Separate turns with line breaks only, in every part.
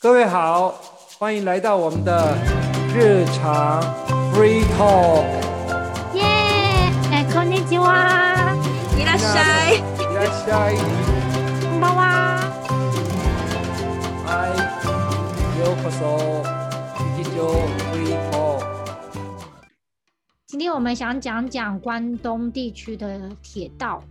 各位好，欢迎来到我们的日常 free talk。
耶，哎，こんにちは，
伊拉塞，
いらっしゃい。
こんばんは。
嗨，ようこそ。日常 free talk。
今天我们想讲讲关东地区的铁道，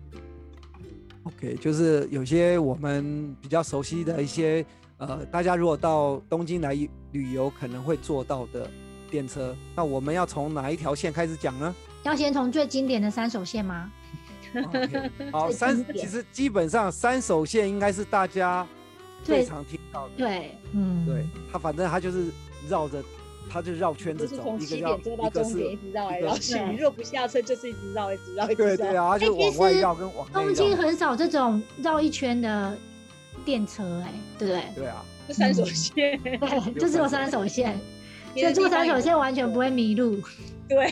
OK，就是有些我们比较熟悉的一些，呃，大家如果到东京来旅游可能会坐到的电车，那我们要从哪一条线开始讲 呢？
要先从最经典的三手线吗？
OK，好，
最
三
经典
其实基本上三手线应该是大家最
对
常听到的。
对，嗯，
对，它反正它就是绕着，它就绕圈
就
子
是
走，
从
一个
起
绕，
点坐到
一个
终点，一
是，
直绕来
一个
绕
是
去。你若不下车，就是一直绕，一直绕，一直绕。
对对啊，它就
哎其
往外
实
绕跟往内
东京
绕。
很少这种绕一圈的电车、哎，对不对？
对啊，
这三手 线，
对，就只有三手线，所以坐
这
三手线完全不会迷路。
对，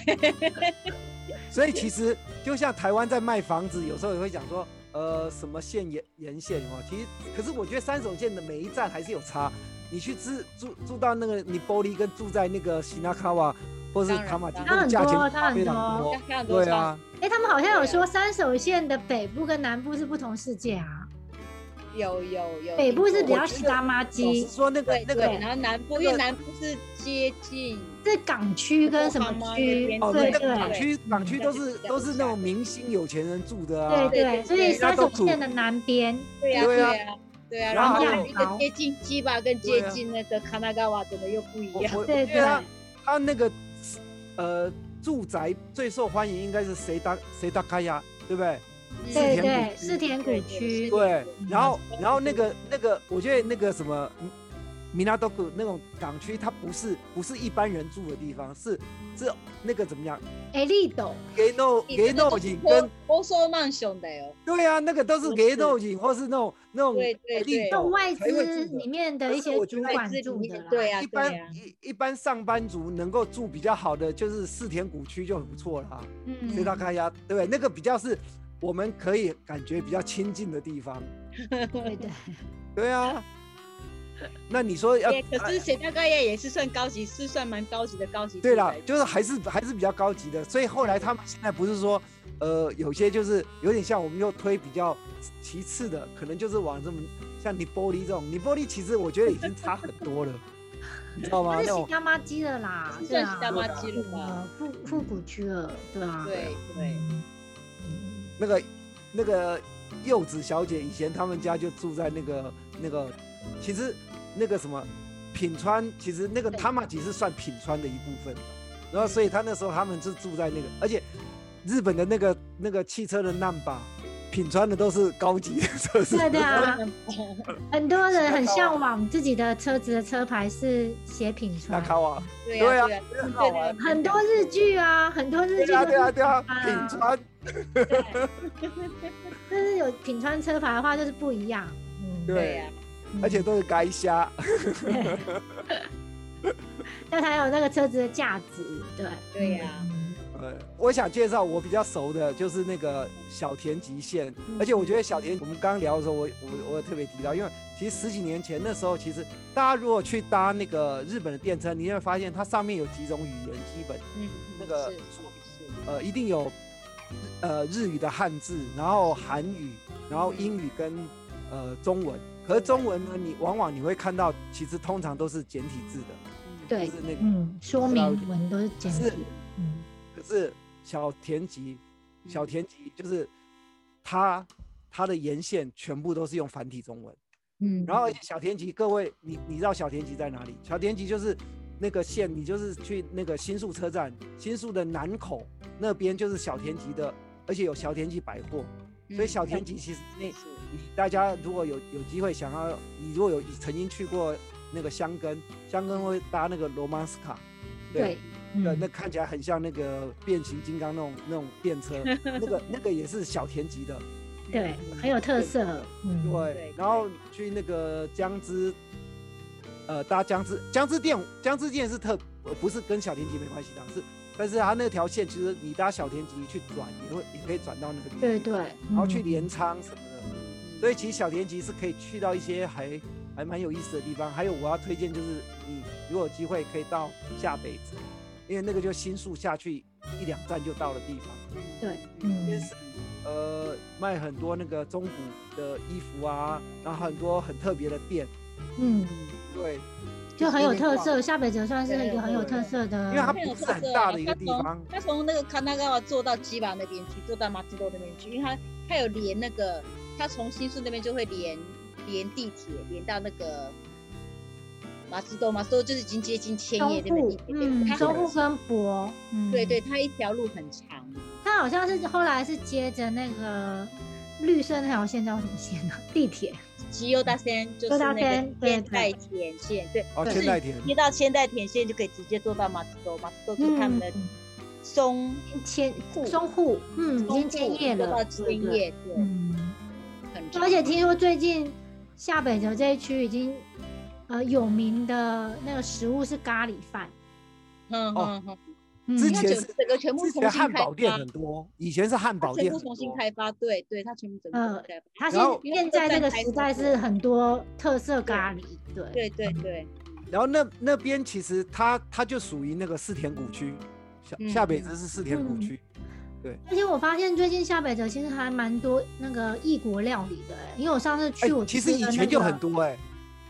所以其实就像台湾在卖房子，有时候也会讲说，呃，什么线沿沿线哦，其实可是我觉得三手线的每一站还是有差。你去住住住到那个尼玻璃，跟住在那个西纳卡瓦或是
当然
卡马吉，
当
那
然
个价钱
差很
非常
多
多
非。常多
对
差。
啊，
哎、他们好像有
对啊
说三手线的北部跟南部是不同世界啊，
有有有，
北部是比
我
较
觉
西
得
大妈
老
鸡
实，说，那个
对
那
对，
个
然后南部，
那个
因为南部是接近，
是港区跟什么区？
哦
哦，那
对
对
个
对
港区港区都是
对
都是那种明星有钱人住的啊
对，对，所以
大家
三
都
手
住
线的南边，
对啊
对
对
啊
啊对啊，
然
然
后
后
还有
一个接近鸡巴跟接近那个卡纳嘎瓦，真的又不一
我
样。嗯
我
对
我觉得他
对
他那个呃住宅最受欢迎应该是谁大谁大开呀，对不对？
嗯
对
田
对，
谷区
四田谷
对
区，
对，然后
嗯
然后那个那个，我觉得那个什么。米拉多古那种港区，它不是不是一般人住的地方，是是那个怎么样？
哎，利斗，
给诺给诺景跟
欧洲曼雄的哦，
对啊，那个都是
不
给
是
诺景或是那种那种
对对
地
对
那种外
才会
资
住的
里面的一些主管住的啦，
对啊
一般
对啊
一一般上班族能够住比较好的，就是四田谷区就很不错啊啦。
嗯
谁大开呀？对不对？那个比较是我们可以感觉比较亲近的地方。
对对，
对 啊。那你说要啊哎
也可是谁大概也也是算高级，是算蛮高级的哦高级住宅。
对啦，就是还是还是比较高级的，所以后来他们现在不是说，呃，有些就是有点像我们又推比较其次的，可能就是往这么像尼波利这种，尼波利其实我觉得已经差很多了，你知道吗？
它
那
是
种
西大妈鸡的啦，对
是算
啊
西大妈基了吧？
呃复复古区了，对啊，嗯
对对，
那个那个柚子小姐以前他们家就住在那个那个，其实那个什么品川，其实那个
对
他妈吉是算品川的一部分，然后所以他那时候他们是住在那个，而且日本的那个那个汽车的难吧，品川的都是高级的车子，
对对啊，很多人很
西大妈
向往自己的车子的车牌是写品
那
川，
卡瓦，
对
对啊，
对啊，
很好玩，
很多日剧啊，很多日
对
剧
啊
都
对啊
是
对啊，
啊
品川，
但是有品川车牌的话就是不一样，嗯，
对
对
啊，，
嗯
而且都是该虾，
那才有那个车子的价值，对，
对呀
呃，我想介绍我比较熟的就是那个小田急线，
嗯
而且我觉得小田，我们刚刚聊的时候，我我我有特别提到，因为其实十几年前那时候，其实大家如果去搭那个日本的电车，你会发现它上面有几种语言基本，
嗯，
那个
是是是
呃，一定有日呃日语的汉字，然后韩语，然
嗯
后英语跟呃中文。可是中文呢，你往往你会看到，其实通常都是简体字的，
对
就是那个
嗯，说明文都是简体
是，
嗯，
可是小田急，小田急就是它它的沿线全部都是用繁体中文，
嗯
然后而且小田急，各位你你知道小田急在哪里？小田急就是那个线，你就是去那个新宿车站，新宿的南口那边就是小田急的，而且有小田急百货，
嗯
所以小田急其实那
是
你大家如果有有机会想要，你如果有曾经去过那个箱根，箱根会搭那个罗马斯卡，
对，
对，
嗯
那看起来很像那个变形金刚那种那种电 车，那个那个也是小田急的，
对，很有特色，嗯，
对
对。
然后去那个江之，呃，搭江之江之电，江之电是特呃不是跟小田急没关系的，是，但是它那条线其实你搭小田急去转，也会也可以转到那个地方，
对对，
然后去
嗯
镰仓什么的，
嗯
所以其实小田急是可以去到一些还还蛮有意思的地方。还有我要推荐就是你如果有机会可以到下北子，因为那个就新宿下去一两站就到的地方。
对，
边
嗯，
是呃卖很多那个中古的衣服啊，然后很多很特别的店，
嗯，
对，
就很有特色。
因
下北泽算是一个很有特色的，
为它不是很大的一个地方，
哎他从那个康纳高坐到基巴那边去，坐到马自多那边去，因为他他有连那个，他从新宿那边就会连连地铁，连到那个马自多，马自多就是已经接近千叶
中
那边
户
地铁，，
嗯，
他
中户跟博，嗯，
对对，，它一条路很长，
它好像是后来是接着那个绿色那条线叫什么线呢？地铁，
吉优大山就
吉优
是那
大
个
山对
千代田线，对，
哦，
对
千代田，
接到千代田线就可以直接坐到马自多，马自多就是他们
嗯
的松
千
户
中户，嗯，已经千叶
坐
了
到，千
对，
叶，对，
嗯。
很
对
长。
而且听说最近下北泽这一区已经呃有名的那个食物是咖喱饭，
嗯
哦
嗯嗯，
嗯
之
因为
前
整
是
整个全部
之
重
前
新
汉
开
堡店
发
很多，以前是汉
它
堡
全
店
部
很多，
重新开发，对对，它全部
嗯
整个重新开发，
它现
然后
现在这个时代是很多特色咖喱，对，
对对对，
然后那那边其实它它就属于那个四田谷区，下
嗯
下北泽是四田谷
嗯
区，
而且我发现最近下北泽其实还蛮多那个异国料理的、欸，因为我上次
哎
去我、
其
就
实
吃
以
了
前
那
就
个
很，多哎、
哦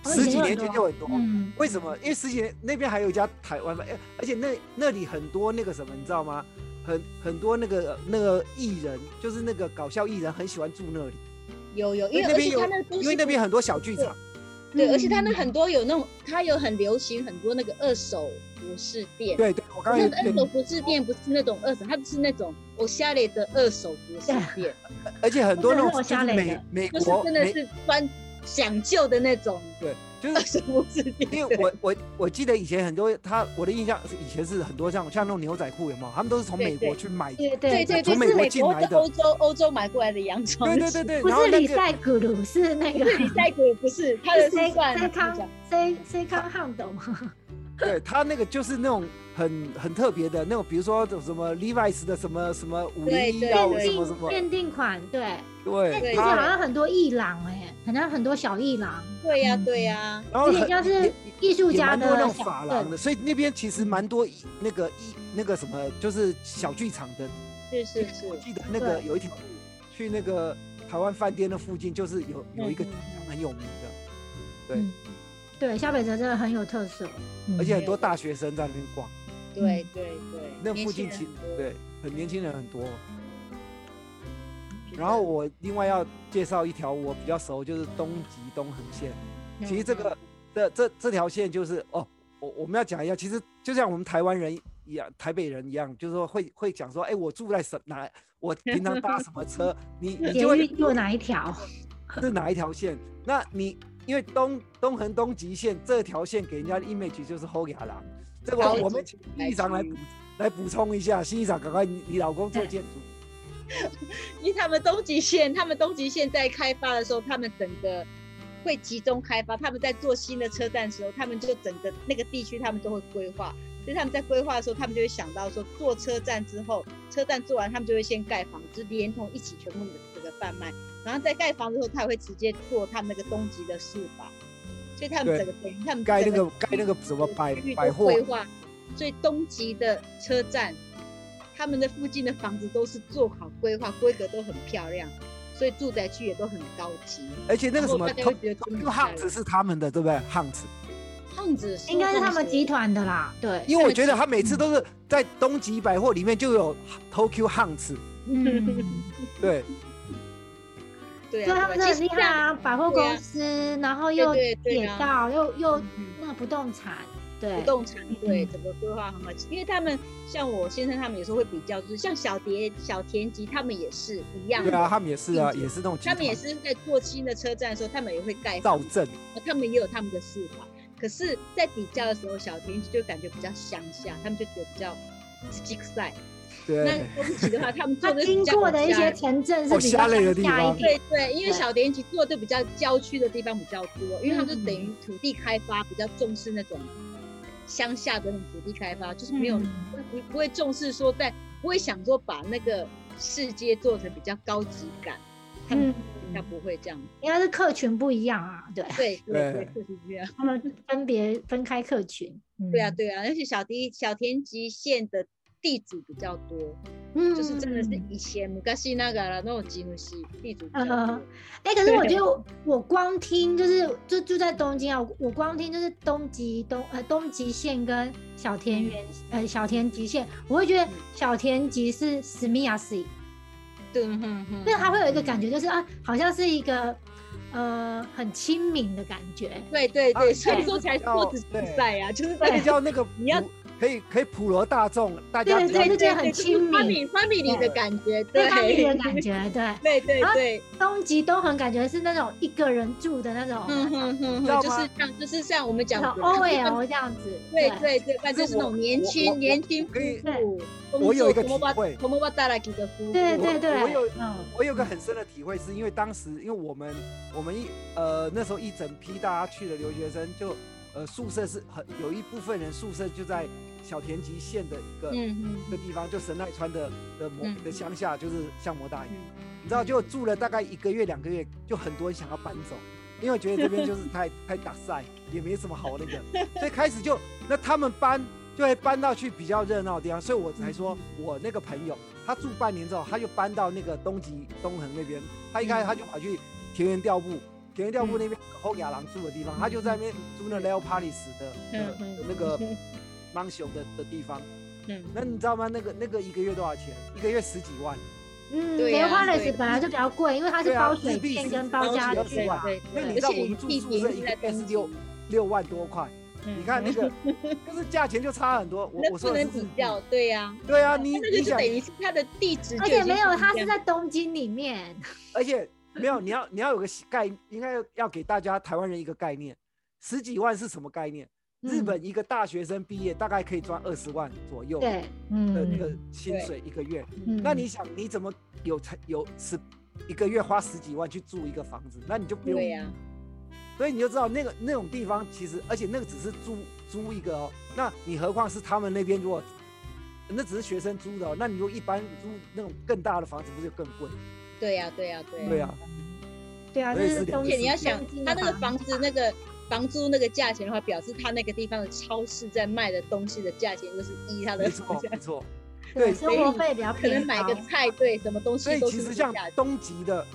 十几
以前就很
年前
多
就很多，
嗯，
为什么？因为十几年那边还有一家台湾饭，哎，而且那那里很多那个什么，你知道吗？很很多那个那个艺人，就是那个搞笑艺人，很喜欢住那里，
有有，因
因为
为
那
而
边
且
有
它那个，东
因
西
为那
不
边很多小剧场。
对，而且它那很
多，
多有那种，它有很流行很多那个二手服饰店。
对对，我刚才
那
有
个二手服饰店不是那种二手，它不是那种我下列的二手服饰
啊
店，
而且很多那种
真的是
就是
我瞎累
美
的
美
就是
国
真的
美，
是专讲究的那种
对，就
二
是
手服饰店。
因为我我我记得以前很多他我的印象是以前是很多像像那种牛仔裤有没有？他们都是从
对
美国
对
去买
对对
对对
从
对，
美
是
国
美
进
国
来
在
的
欧洲欧洲买过来的洋装。
对对对对，
不
然后
是
那
里
个
塞古鲁，是那 个
是 recycle 不是，它的
是
是
C
算
C
那种
康 C C 康汉斗吗？
对他那个就是那种很很特别的那种，比如说什么 Levi's 的什么什么五
对
零一
对
啊，
对
什么什
定
么，
限定款，对，而
对
对
且
他
好像很多艺廊哎，好像很多小艺廊，
对呀
嗯
对呀，
然后
有点
很
像
也
是
也
艺术
也
家
蛮
的
多那种
小
发
镇
廊的，所以那边其实蛮多一那个一那个什么，就是小剧场的。
是是是，
我记得那个
对
有一条路去那个台湾饭店的附近，就是有有一个
嗯嗯
很有名的，
嗯对，小北泽真的很有特色，
而且
嗯
很多大学生在那边逛，
对对对，
那
年
附
轻
近
人
其
很多，
对很年轻人很多。
是
然后
的
我另外要介绍一条我比较熟，就是东极东横线。
嗯
其实这个这这这条线就是哦，我我们要讲一下，其实就像我们台湾人一样，台北人一样，就是说会会讲说，哎，我住在什哪，我平常搭什么车，你你
捷
就会嗯
运坐哪一条？
是哪一条线？那你因为东东横东极线这条线给人家的 image 就是后牙郎，这个
高
我
级
们请
白
新一长来
区
补来补充一下，新一长赶快你你老公做建筑，
因为他们东极线，他们东极线在开发的时候，他们整个会集中开发。他们在做新的车站的时候，他们就整个那个地区他们都会规划。所以他们在规划的时候，他们就会想到说，做车站之后，车站做完，他们就会先盖房子，连同一起全部的这个贩卖。然后在盖房子后，他也会直接做他们那个东极的术法。所以他们
对
整个等于他们
盖那
整
个盖那个什么百百货
规划，所以东极的车站，他们的附近的房子都是做好规划，规格都很漂亮，所以住宅区也都很高级。
而且那个
然
什
后
么
大家
通
会觉得真的
因为
很
汉
漂
子
亮
是他们的，对不对？汉子，
胖子是
应该是他们集团
团，
的啦，对，
因为我觉得他每次都是在东极百货里面就有 Tokyo 汉子，
嗯，
对 啊
对
对，
啊，
他们真的很厉害啊，百货
对
公
啊
司，然后
对
又
对对
铁
啊
道，又又
嗯
那个不动产，对
不，动产对
嗯
整个规划很好，因为他们像我先生他们有时候会比较，就是像小蝶、小田急他们也是一样
对
的，
啊，他们也是啊，
嗯
也是那种集
他
团
们也是在做新的车站的时候，他们也会盖
造
房子
镇，
他们也有他们的事法。可是，在比较的时候，小田就感觉比较乡下，他们就觉得比较 s i 赛。那
对
东极的话，他们做
他
的
经过的一些城镇是
哦
比
瞎
较
累的
乡
地
下一
方
点，
对对，因为
对
小田急做的比较郊区的地方比较多，因为他们就
嗯
等于土地开发比较重视那种乡下的那种土地开发，就是没有、
嗯
不不会重视说在不会想说把那个市街做成比较高级感，他们
嗯，
他不会这样。
应该是客群不一样啊，对，
对对对，
对
是这样。
他们分别分开客群。嗯
对啊，，对啊，而且小迪小田急线的地主比较多，
嗯
就是真的是
嗯
以前昔那个了那种吉姆西地主比较
嗯
多
嗯。哎、可是我觉得我我光听就是就住在东京啊，我我光听就是东极东呃东极线跟小田园呃小田急线，我会觉得
嗯
小田急是史密亚斯，
对，嗯哼哼
就是它会有一个感觉，就是啊，好像是一个呃很亲民的感觉。
对对
啊
对，所以
对
说才
比较
说只比
对
赛啊，就是
那
在
个叫那个普
你要
可以可以普罗大众，大家
对
比较
对就觉得很亲民
family family 的
对
感觉，
对
对
他们的感觉，对
对对
啊
对，
东极东横感觉是那种一个人住的那种，
嗯哼哼
知道
哼，就
吗
是像就是像我们讲
那
的
种 OL 这样子，
对对对，反正
可
就是是那种
我
年
我我
轻年轻
我可以
夫妇，
我有一个体会
头发带来几个夫妇，
对对对，
我有
嗯
我有个很深的体会，是因为当时因为我们我们一呃那时候一整批大家去的留学生就，呃宿舍是很有一部分人宿舍就在小田急线的一个、
嗯嗯
一个地方，就神奈川的的摩、
嗯
的乡下，就是像摩大营，
嗯
你知道就住了大概一个月两个月，就很多人想要搬走，因为觉得这边就是太 太打晒，也没什么好那 个，所以开始就那他们搬就会搬到去比较热闹的地方，所以我才说我那个朋友他住半年之后，他就搬到那个东极东横那边，他一
嗯
开始他就跑去田园调布，田园调布那边后亚郎住的地方，他就在那边租那 Leo Palace 的的
嗯
的那个芒雄的的地方，
嗯
那你知道吗？那个那个一个月多少钱？一个月十几万。
嗯，
对
莲
呀
花蕾
对
子本来就比较贵，因为它是
对啊
包水
日币
电
是
跟包
当
家
时
具啊
要十万
对
那你
对而
知道
且
我们住
地
宿
点
舍
是
一
在
个月
东
是
京
六六万多块，
嗯
你看那 个就是价钱就差很多。我
那
我
不
说的
能
是
比较，对呀，
对啊，
那
你
那个
你
就
想
等，于是他的地址就
而
已
且
经不一样，
没有，它是在东京里面。
而且没有你要你要有个概，应该要给大家台湾人一个概念，十几万是什么概念？日
嗯
本一个大学生毕业大概可以赚二十万左右的
对，嗯，
呃那个薪水一个月，
嗯
那你想你怎么有才有十一个月花十几万去住一个房子？那你就不用
对呀，
所以你就知道那个那种地方其实，而且那个只是租租一个哦，那你何况是他们那边如果呃那只是学生租的、哦，那你如果一般租那种更大的房子，不是就更贵？
对呀，对呀，对呀。
对啊，
对啊，
我
这
也
是
是
东
了
而
解
京
且你要想
东京，
他
的
那个房子那个房租那个价钱的话，表示他那个地方的超市在卖的东西的价钱，就是依他的
啊没 错没错。
对
对
生
所以
活费比较
可
便
能
宜，
买个菜，对，什么东
所
西
以
都
其
是
实
那
像
个价钱。
东极的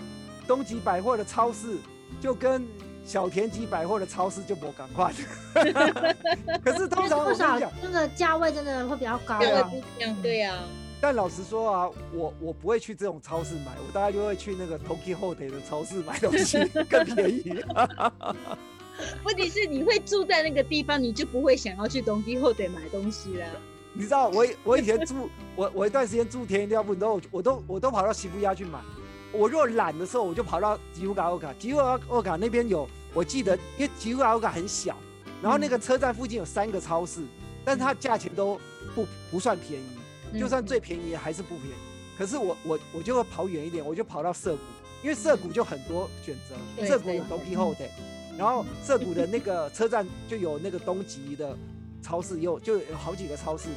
东极百货的超市，就跟小田急百货的超市就不赶快。 可是通
就是
常我
不
跟
少
你讲，
那个价位真的会比较高
价
对
位
啊
啊。
不一样，对呀、
但老实说啊，我我不会去这种超市买，我大概就会去那个 Tokyo h o t e 的超市买东西， 更便宜。
问题是你会住在那个地方，你就不会想要去东京后得买东西啦。
你知道我以我以前住 我我一段时间住田园调布，你知道我我都我都跑到西部亚去买。我若懒的时候，我就跑到吉乌嘎欧卡，吉乌嘎欧卡那边有，我记得因为吉乌嘎欧卡很小，然后那个车站附近有三个超市，但是它价钱都不不算便宜，
嗯
就算最便宜还是不便宜。可是我我我就会跑远一点，我就跑到涩谷，因为涩谷就很多选择，
对
涩谷有
对
d o n k Hotel，然后涩谷的那个车站就有那个东极的超市，也有就有好几个超市嘛。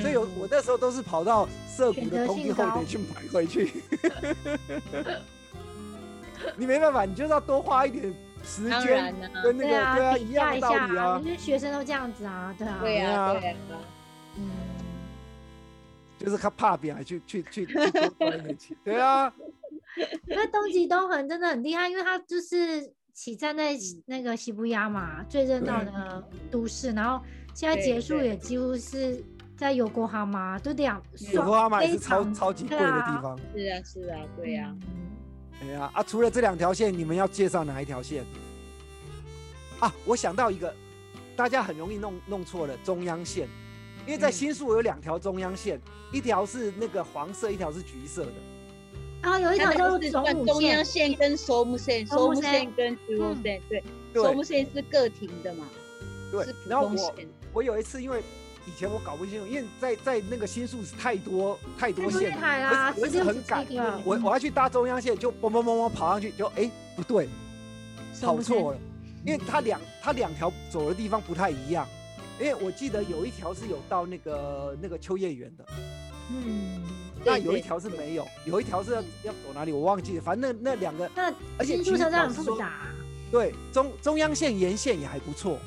所以有我那时候都是跑到涩谷的
选择
东
性
京后
高
得去买回去。 你没办法，你就是要多花一点时
当
间
然啦、
跟那
对
个
啊，
对啊
比
一
价
样的
一下
道理啊
因。为学生都这样子啊，对啊，
对呀、
啊
对呀、
嗯，
就是他怕别人去去去去多赚一点钱，对啊，
因为东极东横真的很厉害，因为它就是起站在那个西布亚嘛，最热闹的都市，然后现在
对
结束
对
也几乎是在有国哈嘛，就两
有
双
时候他买是
非
超
常
超级贵
对
的
啊
地方。
是啊，是啊，对呀、
嗯
哎呀啊，除了这两条线，你们要介绍哪一条线？啊，我想到一个，大家很容易弄弄错了中央线，因为在
嗯
新宿有两条中央线，一条是那个黄色，一条是橘色的。
然后有一条
它
叫做
是
总
算
武
中央
线，
线跟首木线，
首
首
木
木
线嗯
线跟中央线，对，首
对
木线是各停的嘛，
对
是，普
然后
通
我
线，
我有一次因为以前我搞不清楚，因为在在那个新宿是太多太多
太
线
多电
了，
台
啊
啦，
我
十
一直
六十
很赶
七个，
我我要去搭中央线，就嘣嘣嘣嘣跑上去，就哎不对，跑错了，因为它两它两条走的地方不太一样。因为我记得有一条是有到那个那个秋叶原的，
嗯，
那
对
有一
对
条是没有，有一条是要
嗯
要走哪里我忘记了，反正那那两个
那
而且
新
其
宿
实
车站
老
很
实
复
说
杂、
对中中央线沿线也还不错，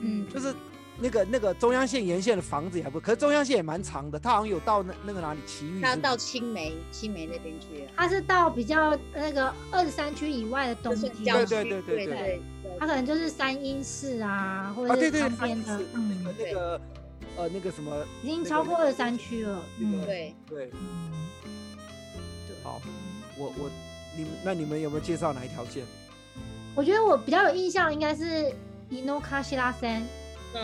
嗯，
就是那个那个中央线沿线的房子也还不，可是中央线也蛮长的，它好像有到那那个哪里奇遇，
他
是不
到
是
青梅青梅那边去了，
它是到比较那个二十三区以外的东
就
京
是，郊区，
对对对
对
对
对它可能就是三英市啊，或
啊
者
对
是
对，
旁
它也
边
是
的，
那个
嗯，
那个呃那个什么
已经
那
超
个
过二三区了，
那个
嗯，
对，
对，
嗯
好，我我你们那你们有没有介绍哪一条线？
我觉得我比较有印象应该是 Inokashira Sen，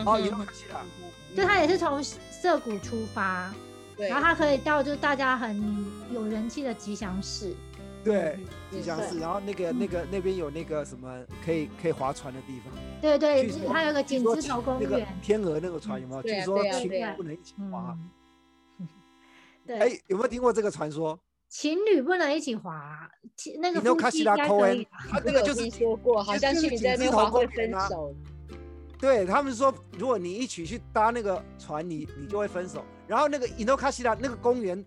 哦，
嗯
也有关系啦，
就它也是从涩谷出发，
对，
然后它可以到就是大家很有人气的吉祥寺，
对，吉
也
祥寺，
是
然后那个
嗯
那个那边有那个什么可以可以划船的地方。
对对，
据
就
说
它有个
据
锦
说
之头公
那个
园，
天鹅那个船有没有？
对
据
啊
说
对啊
情
对
侣
啊
不能一起划。
嗯，对，
哎，有没有听过这个传说？
情侣不能一起滑，情那
你
个
都
夫
卡
妻
西
应
拉
该
扣
可
恩
以吧，啊
他
这
这
个
啊个
我
就是
听说过，好像
就是
去你在那
景
边
芝
划
头
会
公园
分
啊
手，
对他们说，如果你一起去搭那个船，你你就会分手。然后那个伊诺卡西拉那个公园，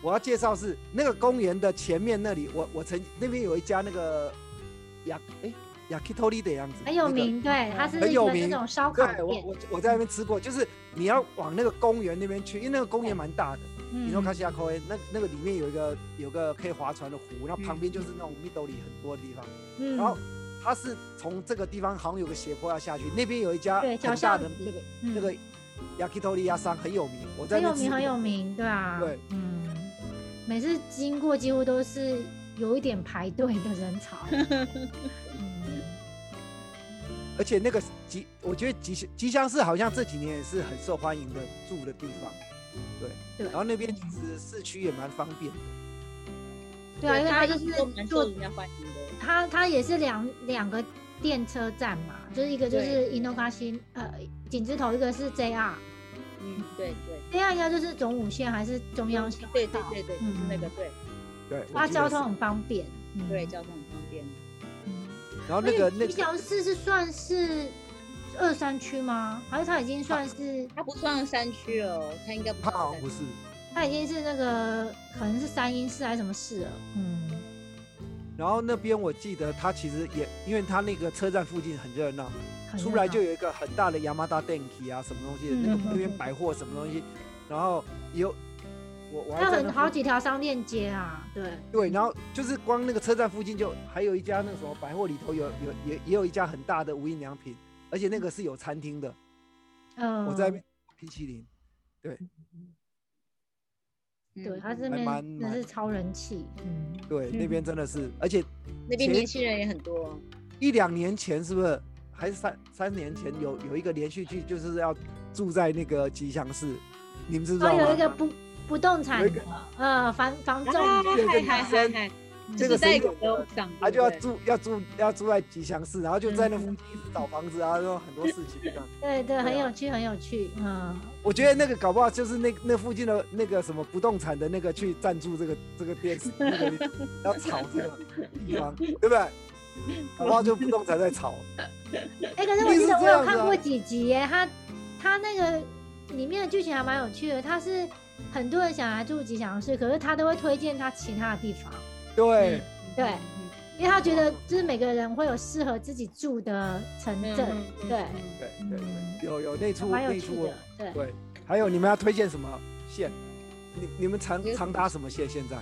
我要介绍是那个公园的前面那里，我我曾那边有一家那个雅哎雅 k i t o r i 的样子，
很
那
有
个
名，对，它是
很
一
有
个那
名
种烧烤
对我
店，
我我在那边吃过，就是你要往那个公园那边去，因为那个公园蛮大的。
嗯
你说卡西亚科恩那那个里面有一个有个可以划船的湖，然后旁边就是那种密斗里很多的地方。
嗯，
然后它是从这个地方好像有个斜坡要下去，那边有一家
对
很大
小巷
的
子
那个
嗯
那个 yakitori 鸭商很有名，我在
很
那
有
边吃
名，很
过
有。名，对啊，
对，
嗯，每次经过几乎都是有一点排队的人 潮，嗯，
而且那个吉，我觉得吉祥吉祥寺好像这几年也是很受欢迎的住的地方。对，
对
然后那边其实市区也蛮方便的。
对啊，因为它
他
就
一直都
是
蛮
坐
受人家欢迎的。
它它也是两两个电车站嘛，就是一个就
对
是 Inokasi 呃景之头，一个是 JR，JR
嗯，对对
应该就是总武线还是中央线，
对对对
嗯
对，就是那个对
对，我
它
记得
交
是
通很方便，嗯
对，，交通很方便。
嗯
然哦后那个那
吉
个
祥寺是算是二三区吗？还是它已经算是
它不算山区哦，它应该不
它
算
好像
山区
不。是。
它已经是那个可能是三英市还是什么市了？嗯，
然后那边我记得它其实也，因为它那个车站附近很热闹，
很
出
热
来
闹
就有一个很大的 Yamada Denki 啊，什么东西的，那个
嗯
那边百货什么东西，然后也有我我还
它
在那
很好
附
几条商店街啊，对，
对，然后就是光那个车站附近就还有一家那个什么百货里头有有也也有一家很大的无印良品，而且那个是有餐厅的，
呃，
我在那边冰淇淋，
嗯
对，它这
还蛮
边真
蛮
是超人气，嗯，
对，那
嗯
边真的是，而且
那边年轻人也很多。哦
一两年前是不是还是三三年前有有一个连续剧就是要住在那个吉祥寺，你们知不知道
然后
吗？
哦有一个不不动产
有一个
的，呃，房房仲
啊
的，
有个
嗨
女
嗨嗨
生
嗨，
嗯
这个
在
深
狗
圳
狗
的
上，
他就要
对不对
住要住要住在吉祥寺，然后就在那附
嗯
近一直找房子啊，然后很多事情这样。
对对，很
对啊
有趣，很有趣，嗯，
我觉得那个搞不好就是那那附近的那个什么不动产的那个去赞助这个这个电视，那 个要炒这个地方，对不对？搞不好就不动产在炒。
哎，可是我
一定是
记得
这
我有
样子
看
啊
过几集耶，它它那个里面的剧情还蛮有趣的，它是很多人想来住吉祥寺，可是他都会推荐他其他的地方。
对，
对
嗯
因为他觉
哦
得就是每个人会有适合自己住的城
嗯
镇，对，
嗯
对对
嗯
对，有有那出
蛮有
那
趣
出我
的，，对。
对。还有你们要推荐什么线？你你们常
有
常搭什么线？现在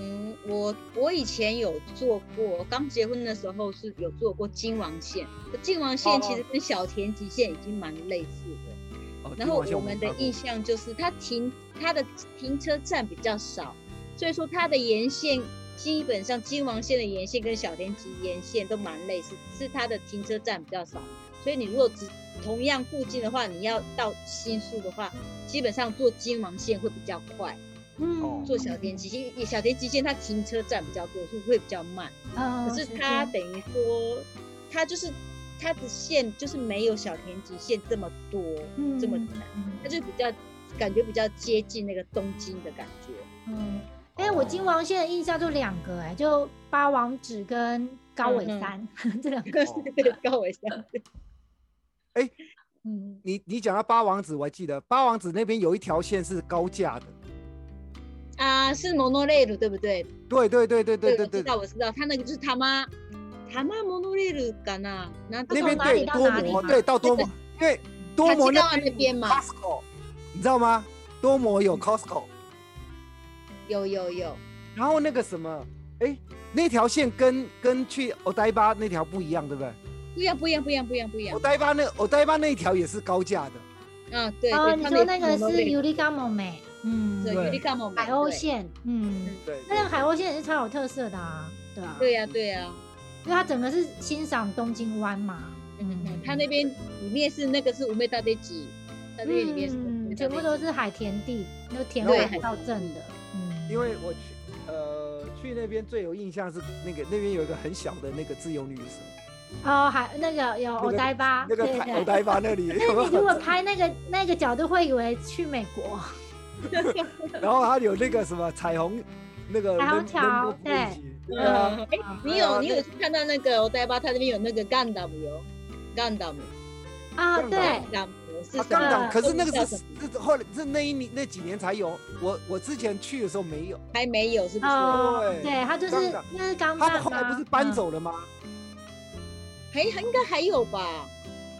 嗯，我我以前有做过，刚结婚的时候是有做过金王线。金王线其实跟小田急线已经蛮类似的。
哦，
然后
金
我
王线
们
没
的
搭过
印象就是它停它的停车站比较少，所以说它的沿线基本上金王线的沿线跟小田急沿线都蛮类似，只是它的停车站比较少。所以你如果只同样附近的话，你要到新宿的话，基本上坐金王线会比较快，
哦
嗯，
坐小田急线，小田急线它停车站比较多，所以会比较慢。
呃，
可哦是
时
它
间
等于说，它就是它的线就是没有小田急线这么多，这么
嗯嗯
它就比较感觉比较接近那个东京的感觉。
嗯，哎，我金王线的印象就两个，哎，就八王子跟高尾
嗯嗯
山这两个，
哦
对，高尾山，
嗯，
你你讲到八王子，我还记得八王子那边有一条线是高架的，
啊，是 monorail 对不对？
对对对对对对
我知
对，
道，我知道，他那个就是他妈，他妈 monorail 干呐，那
那边
从
对多
哪里到哪里
摩
嘛
对到多摩，因为多摩
到
那
那边嘛，
Costco，你知道吗？多摩有 Costco，
有有有，
然后那个什么，哎，那条线跟跟去 o d a i b a 那条不一样，对不对
不一样不一样不一样不一样不一
o
样，
d a i b a 那 o d a i b a 那一条也是高架的，
啊对
哦，
对，
你
他
说
们
那
也
个是
monorail，
Uliga m o m e
对
嗯，
对
Yurikamo，
海鸥
对
线，嗯，
对，
那个海鸥线也是超有特色的啊，对啊，
对呀对呀，
因为它整个是欣赏东京湾嘛，
嗯嗯，他那边里面是那个是五妹大堆集，他那边里面是
嗯，
Umeda
全部
Daiji
都是海田地，那个田
对
海到镇的，嗯，
因为我去呃去那边最有印象是那个那边有一个很小的那个自由女神，
哦，海那个有欧
个
呆巴，
那个
啊对
台
对
欧呆巴那里
那
有
你如
个，
果拍那个那个角度，会以为去美国。
然后它有那个什么彩虹，那个
彩虹
rainbow
桥
bridge，
对嗯
对啊，
哎、你
对啊
有你
那
有去看到那个我呆吧，它那边有那个 Gundam 有 Gundam
啊，
杠
对
杆，
Gundam 是
啊，
什
杠
么
杆，可是那
叫
个是
什么
是后来是那一年那几年才有，我我之前去的时候没有，
还没有是不是？
哦，
对
对，他就是
杠杆
那是钢
他们
弹吗？嗯
后来不是搬走了吗？
还还应该还有吧？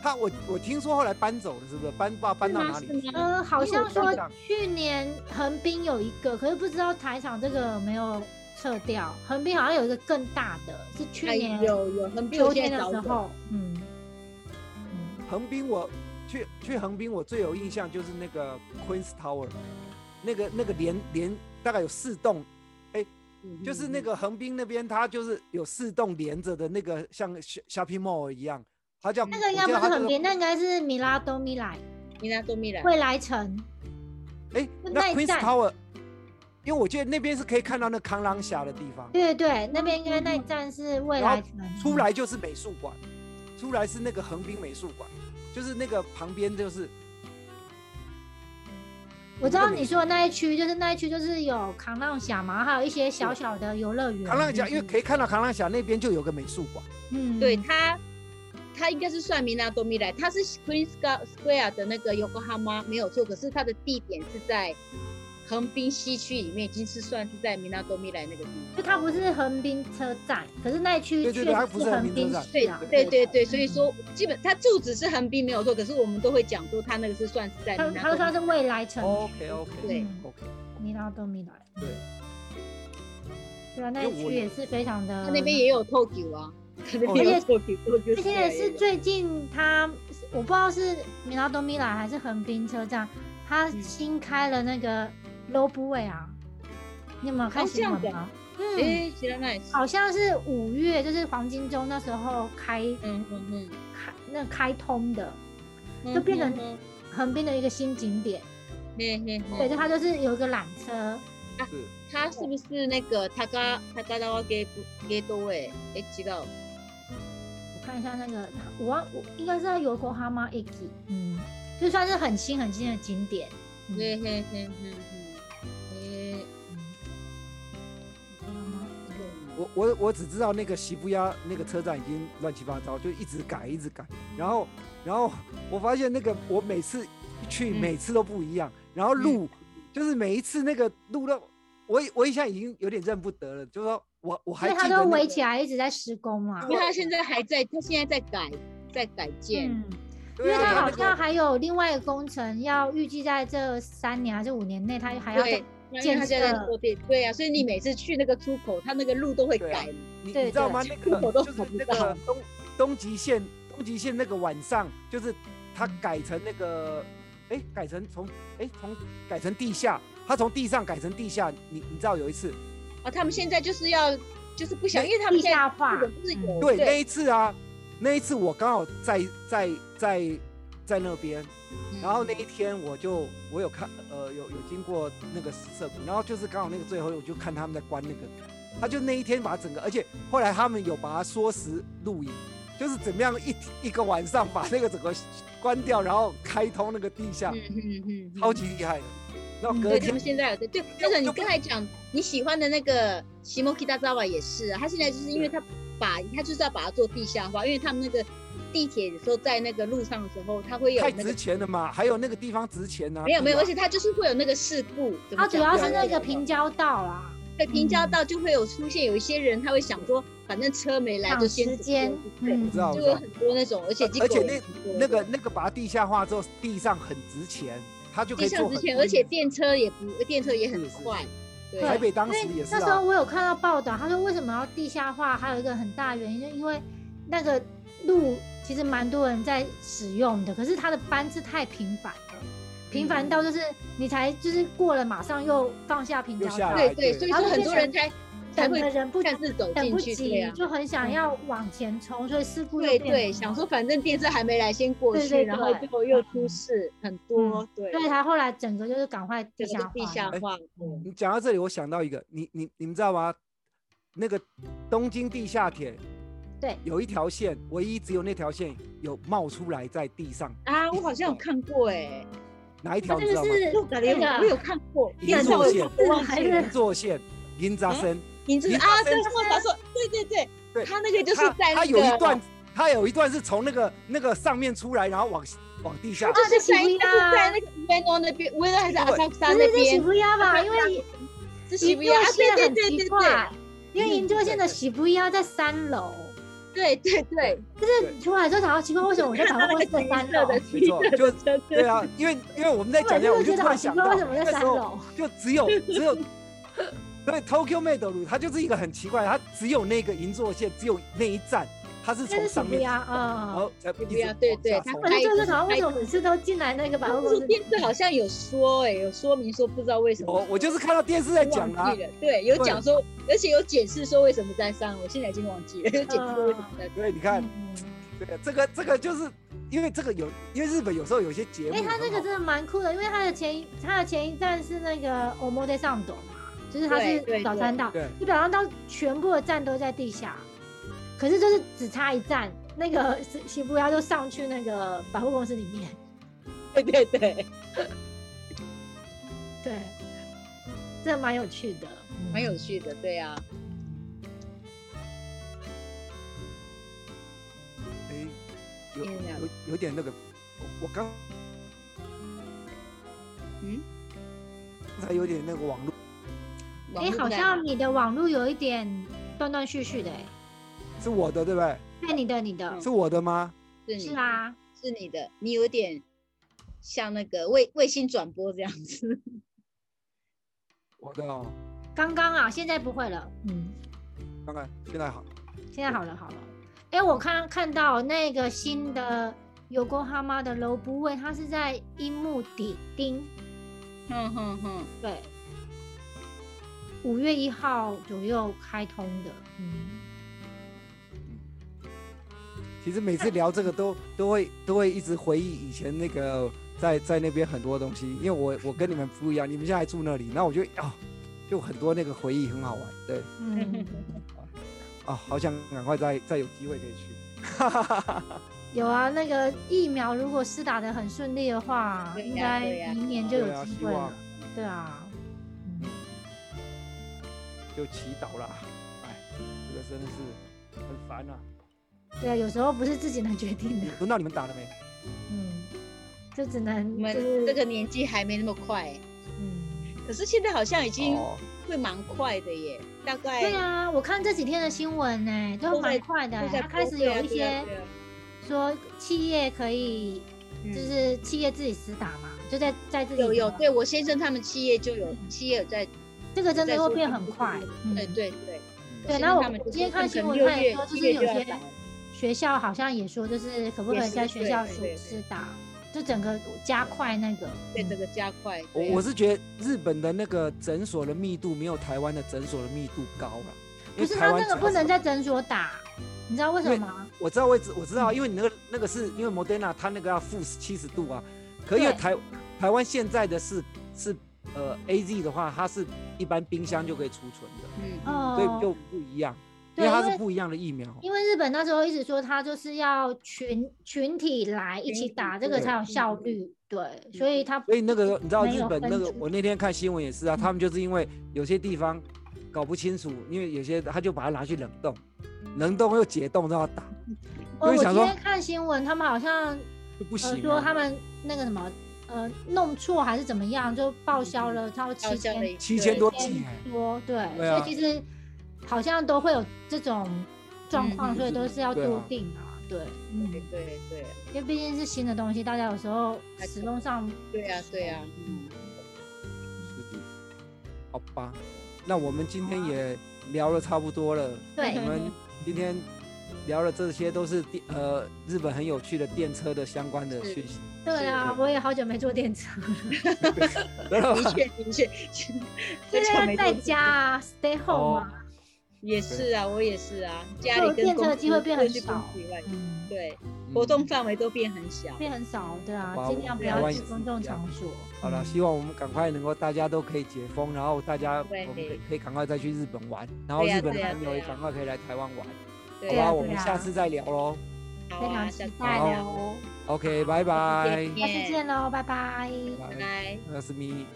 他我我听说后来搬走了，是不是？搬不知道搬到哪里
是吗
去
是吗
嗯？呃，好像
因为
说
我杠杆
去年横滨有一个，可是不知道台场这个有没有撤掉。横滨好像有一个更大的，是去
还
年
哎有有很
秋
久
天
现在
的
找
时
不到
候，嗯，
横滨我去去横滨，我最有印象就是那个 Queen's Tower，那个那个连连大概有四栋，
嗯
就是那个横滨那边，它就是有四栋连着的那个像 sho- shopping mall 一样，它叫
那个应该
我
不
记得它
是
叫
横滨，那应该是米拉多米莱
米纳多米兰，
未来城。
哎，那
那一
Queen's
站
Tower，因为我记得那边是可以看到那康朗峡的地方，
对对，
嗯
那边应该那一站是未
然
来
后
城。
出来就是美术馆，出来是那个横滨美术馆，就是那个旁边就是
我知
那
道
个美
你说的那一区，就是那一区就是有扛浪峡嘛，还有一些小小的游乐园。
康朗峡，因为可以看到康朗峡那边就有个美术馆。
嗯，
对它它应该是算米纳多米兰，它是 Queen Square 的那个 Yokohama 没有错，可是它的地点是在横滨西区里面，已经是算是在米纳多米兰那个地方。
就它不是横滨车站，可是那一区
对对
确实
对它不是横
横
滨
滨
车站
市啊。
对对对，所以说基本它住址是横滨没有错，可是我们都会讲说它那个是算是在
它
米
它都
纳多
算
米
是未来城，
OK OK
对
OK，
米拉多米莱。
对，
对啊，那
因
一
为我
区也是非常的。
它那边也有 Tokyo 啊，它那边
哦
有 Tokyo，Tokyo
而且
Square
是
有
最近它，我不知道是米拉多米莱还是横滨车站，它
嗯
新开了那个 Lobway 啊，你有没有看
哦这
新
样
闻
子
吗
啊？
嗯，
哎，知道那里是，
好像是五月，就是黄金周那时候开
嗯嗯
开那开通的
嗯，
就变成
嗯，
横滨的一个新景点。
嘿嘿嘿，
对，就它就是有一个缆车，
是
它是不是那个 Taka Takadawa Gate Gateway？哎，知道，
我看一下那个，我忘我应该是在 Yokohama Eki，嗯，就算是很新很新的景点。嗯
嘿嘿嘿嘿嘿，哎，
我我我只知道那个西布亚那个车站已经乱七八糟，就一直改一直改，然后然后我发现那个我每次去
嗯
每次都不一样，然后路、就是每一次那个路都我我一下已经有点认不得了，就说我我
因
还
为
记
它
得、那
都
个
围起来一直在施工嘛
对
因，为它现在还在，它现在在改，在改建，
嗯，因
对
为
啊
它
然后
好
那
像
个
还有另外一个工程要预计在这三年还是五年内，它还要再
对因为它现在在做电，对呀、啊，所以你每次去那个出口，它那个路都会
对啊
改嘛。
你
对
你知道吗？那
对
个
我都
就是
找不
那个
到
东东极线东极线那个晚上，就是它
嗯
改成那个哎、改成从哎从改成地下，它从地上改成地下，你你知道有一次。
啊，他们现在就是要，就是不想，
那
因为他
地
们现在
下化嗯
日。本不是有
对，那一次啊，那一次我刚好在在在在那边，
嗯
然后那一天我就我有看呃有有经过那个石社谷，然后就是刚好那个最后我就看他们在关那个，他就那一天把整个，而且后来他们有把它缩时录影，就是怎么样一一个晚上把那个整个关掉，然后开通那个地下，
嗯嗯嗯，嗯
超级厉害的。然后
嗯
隔
对，他
天
们现在有的，对，就是你刚才讲你喜欢的那个西莫基大扎瓦也是啊，他现在就是因为他把它就是要把它做地下化，因为他们那个地铁有时候在那个路上的时候，它会有
太
那个
值钱了嘛，还有那个地方值钱呐、啊。
没有没有，
对
而
吧
且它就是会有那个事故。怎么
它哦主
讲
要
呢
是那个平交道啊啦，
对平交道就会有出现有一些人，他会想说，反正车没来
抢
就先
时
走
间
对，
嗯
我知道，我
就
知
有
道
很多那种，而且
而且那那
个
个那个把它地下化之后，地上很值钱，它就可
地
以做
上
很
之
多
前，而且电车也不电车也很
是是
快，对
台北当
因
时
为
也是
那时候
啊，
我有看到报道，他说为什么要地下化，还有一个很大的原因，就因为那个路其实蛮多人在使用的，可是它的班次太频繁了，
嗯
频繁到就是你才就是过了，马上又放下平交
又下
道，
来
对对，所以
然
说
后就
很多人
变
才才
等
会
的人不
擅自走
等
进
不
去，对
及
啊，，
就很想要
嗯
往前冲，所以事故又
对
变
对，
多
想说反正电车还没来，先过
对
去，
对
然后
对
最后又出事，很多
嗯，
对，
所以他后来整个就是赶快地
这个
下
是
化，
地下
哎
化，嗯
你讲到这里，我想到一个，你你你们知道吗？那个东京地下铁
对，
有一条线，唯一只有那条线有冒出来在地上，
啊，我好像有看过哎，啊
哪一
他
条你
这
知道
个
吗？
是
我感觉
那
我
个
有看过，
银
电
座
车我
线
我忘
还
记
是
了
银座线银扎
哎
嗯
森，
你这
银
啊，
座
对，
线
我他说，对对对，
对
他那个就是
它
在那
它
个
有一段，它有一段是从那个那个上面出来，然后往往地下
他。就是
是
在
喜
就
薇
是
啊
在那个 Ueno 那边，Ueno 还是
对
阿萨克
可
萨
啊是
那
在喜
边，
不压吧，
那
因
边
为
是西啊
银
部啊
座，线
对
很
对对
奇
对
怪，因为银座线的喜不压在三楼。
对对对对，
出来之后，想要奇怪，为什么我在台湾会是在三楼？
的
没错
的
就
车子，
对啊，因为因为我们在讲讲，
对
我就
就觉
突
得好
然
奇
想
怪
到，
为什么在
那时
三
候
楼
就只 有只有，对 Tokyo Metal 路，它就是一个很奇怪，它只有那个银座线，只有那一站，它是
那
从
是喜
上
不
面，
压
然
啊？
后才一
对
直
啊对对
往下
它
冲
我就
开
就是想，为什么每次都进来那个百货公
我
司？
电
哎
视好像有说，哎，有说明说不知道为什么
我，我就是看到电视在讲啊
忘记，了，对，有
对
讲说，而且有解释说为什么在上，我现在已经忘记了，有 解释为什么在上。
对，你看，
嗯
对啊，这个这个就是因为这个有，因为日本有时候有些节目
哎，
很好，
他那个真的蛮酷的，因为他的前一他的前一站是那个 Omode 上斗嘛，就是他
对对
是早餐道，
对
就表上到全部的站都在地下，可是就是只差一站，那个西西部鸭就上去那个百货公司里面。
对对对，
对，这蛮有趣的。
蛮有趣的，对啊，
哎，有
因为嗯那样
有有点那个，我我刚
嗯，
刚才有点那个网络，
网
哎，
络
好
在哪
像你的网络有一点断断续续的，哎，
是我的对不对？
对，你的，你的，
是我的吗？
嗯是你
是，啊，
是你的，你有点像那个卫卫星转播这样 子，
我的哦，
刚刚啊，现在不会了，嗯，
看看现在好，
现在好了，好了。哎，我看看到那个新的有沟哈妈的楼不位，它是在樱木底町，
哼哼哼，
对，五月一号左右开通的，嗯，
其实每次聊这个都 都会都会一直回忆以前那个在在那边很多东西，因为我我跟你们不一样，你们现在还住那里，那我就啊、就很多那个回忆很好玩，对
嗯
啊，好想赶快再再有机会可以去。
有啊，那个疫苗如果施打的很顺利的话，
对呀
应该
对呀
明年就有
对啊
机
希
会
望
了。对啊，嗯
就祈祷啦。哎，这个真的是很烦啊！
对啊，有时候不是自己能决定的，
轮到你们打了没？
嗯， 就只能
我
就
们
是
这个年纪还没那么快，
嗯，
可是现在好像已经
哦，
会蛮快的耶，大概
对啊，我看这几天的新闻呢、都
都在
蛮快的、
都
欸，
在
它开始
播对啊
有一
对啊
些
对啊
说企业可以，
嗯
就是企业自己施打嘛，就在在自己
有有，
的
对我先生他们企业就有企业有在，
这个真的
在
会
说
变
这
很
个
快
这个，
嗯
对，对对。
嗯
对
先
那
生
我
他们
我
就
今天
说
看
可
新
能
闻
六
看也
月
说就
七
是
月
有
就要
些
打了
学校好像也说，就是可不可
也
以
是
在学
对
校
对
施
对
施打，就整个加快那个。
对
嗯
这个加快。
我
对啊
我是觉得日本的那个诊所的密度没有台湾的诊所的密度高了。因
不
为
是
台
他
湾
那个不能在诊所打，你知道为什么吗？
我知道位置，我知道，因为你那个那个是因为 Moderna 它那个要负七十度啊，可因为
对
台台湾现在的是是呃 AZ 的话，它是一般冰箱就可以储存的，
嗯，嗯
哦，
所以就不一样，因
对
为它
因
是
为
不一样的疫苗。
因为日本那时候一直说他就是要群群体来一
群
起
体
打，这个
对
才有效
嗯
率。对，所以他
所以那个你知道
没
日
有
本
分
那个
区，
我那天看新闻也是啊，他们就是因为有些地方搞不清楚，因为有些他就把它拿去冷冻，能动又解冻都要打，因
哦，我
为想
今
说
天看新闻，他们好像
就不
呃
行、
说他
啊。
们那个什么呃弄错还是怎么样，就
嗯
报销了超
好
七
像
千
七千多剂
千
哎
多，对，
对啊
所以其实好像都会有这种状况，
嗯
所以都是要
对啊
多定啊，对，嗯，
对对对啊
因为毕竟是新的东西，大家有时候
还是
使用上，
对呀对呀，嗯，
是的好吧，那我们今天也聊了差不多了。
对
我们今天聊了这些都是电呃日本很有趣的电车的相关的
是
讯息，
对啊，我也好久没坐电车了，
得 了吧
的确的确，
对
这就
啊，
没
在
多
家啊，stay
哦
home 啊，
也是啊，我也是啊，家
坐
里跟
电车
公
的机会
司
变
或
很
去公
少
司以外，
嗯，
对，
嗯
活动范围都变很小。
变很少，对啊
好吧，
尽量不
台
要
湾
去
也是
公众
一样
场所。
好了，
嗯
希望我们赶快能够大家都可以解封，然后大家我
对
们可以可以赶快再去日本玩，然后
对呀
日本的
对呀
朋友也
对呀
赶快可以来台湾玩，
对
好
呀
吧？
啊，
我们
对呀
下次再聊喽。
好
嗯非常
啊，下
期
次
待
再
好
聊，
哦。
OK，拜拜
再，见
下次见喽，拜拜。
拜
拜
拜，
拜。
那是咪。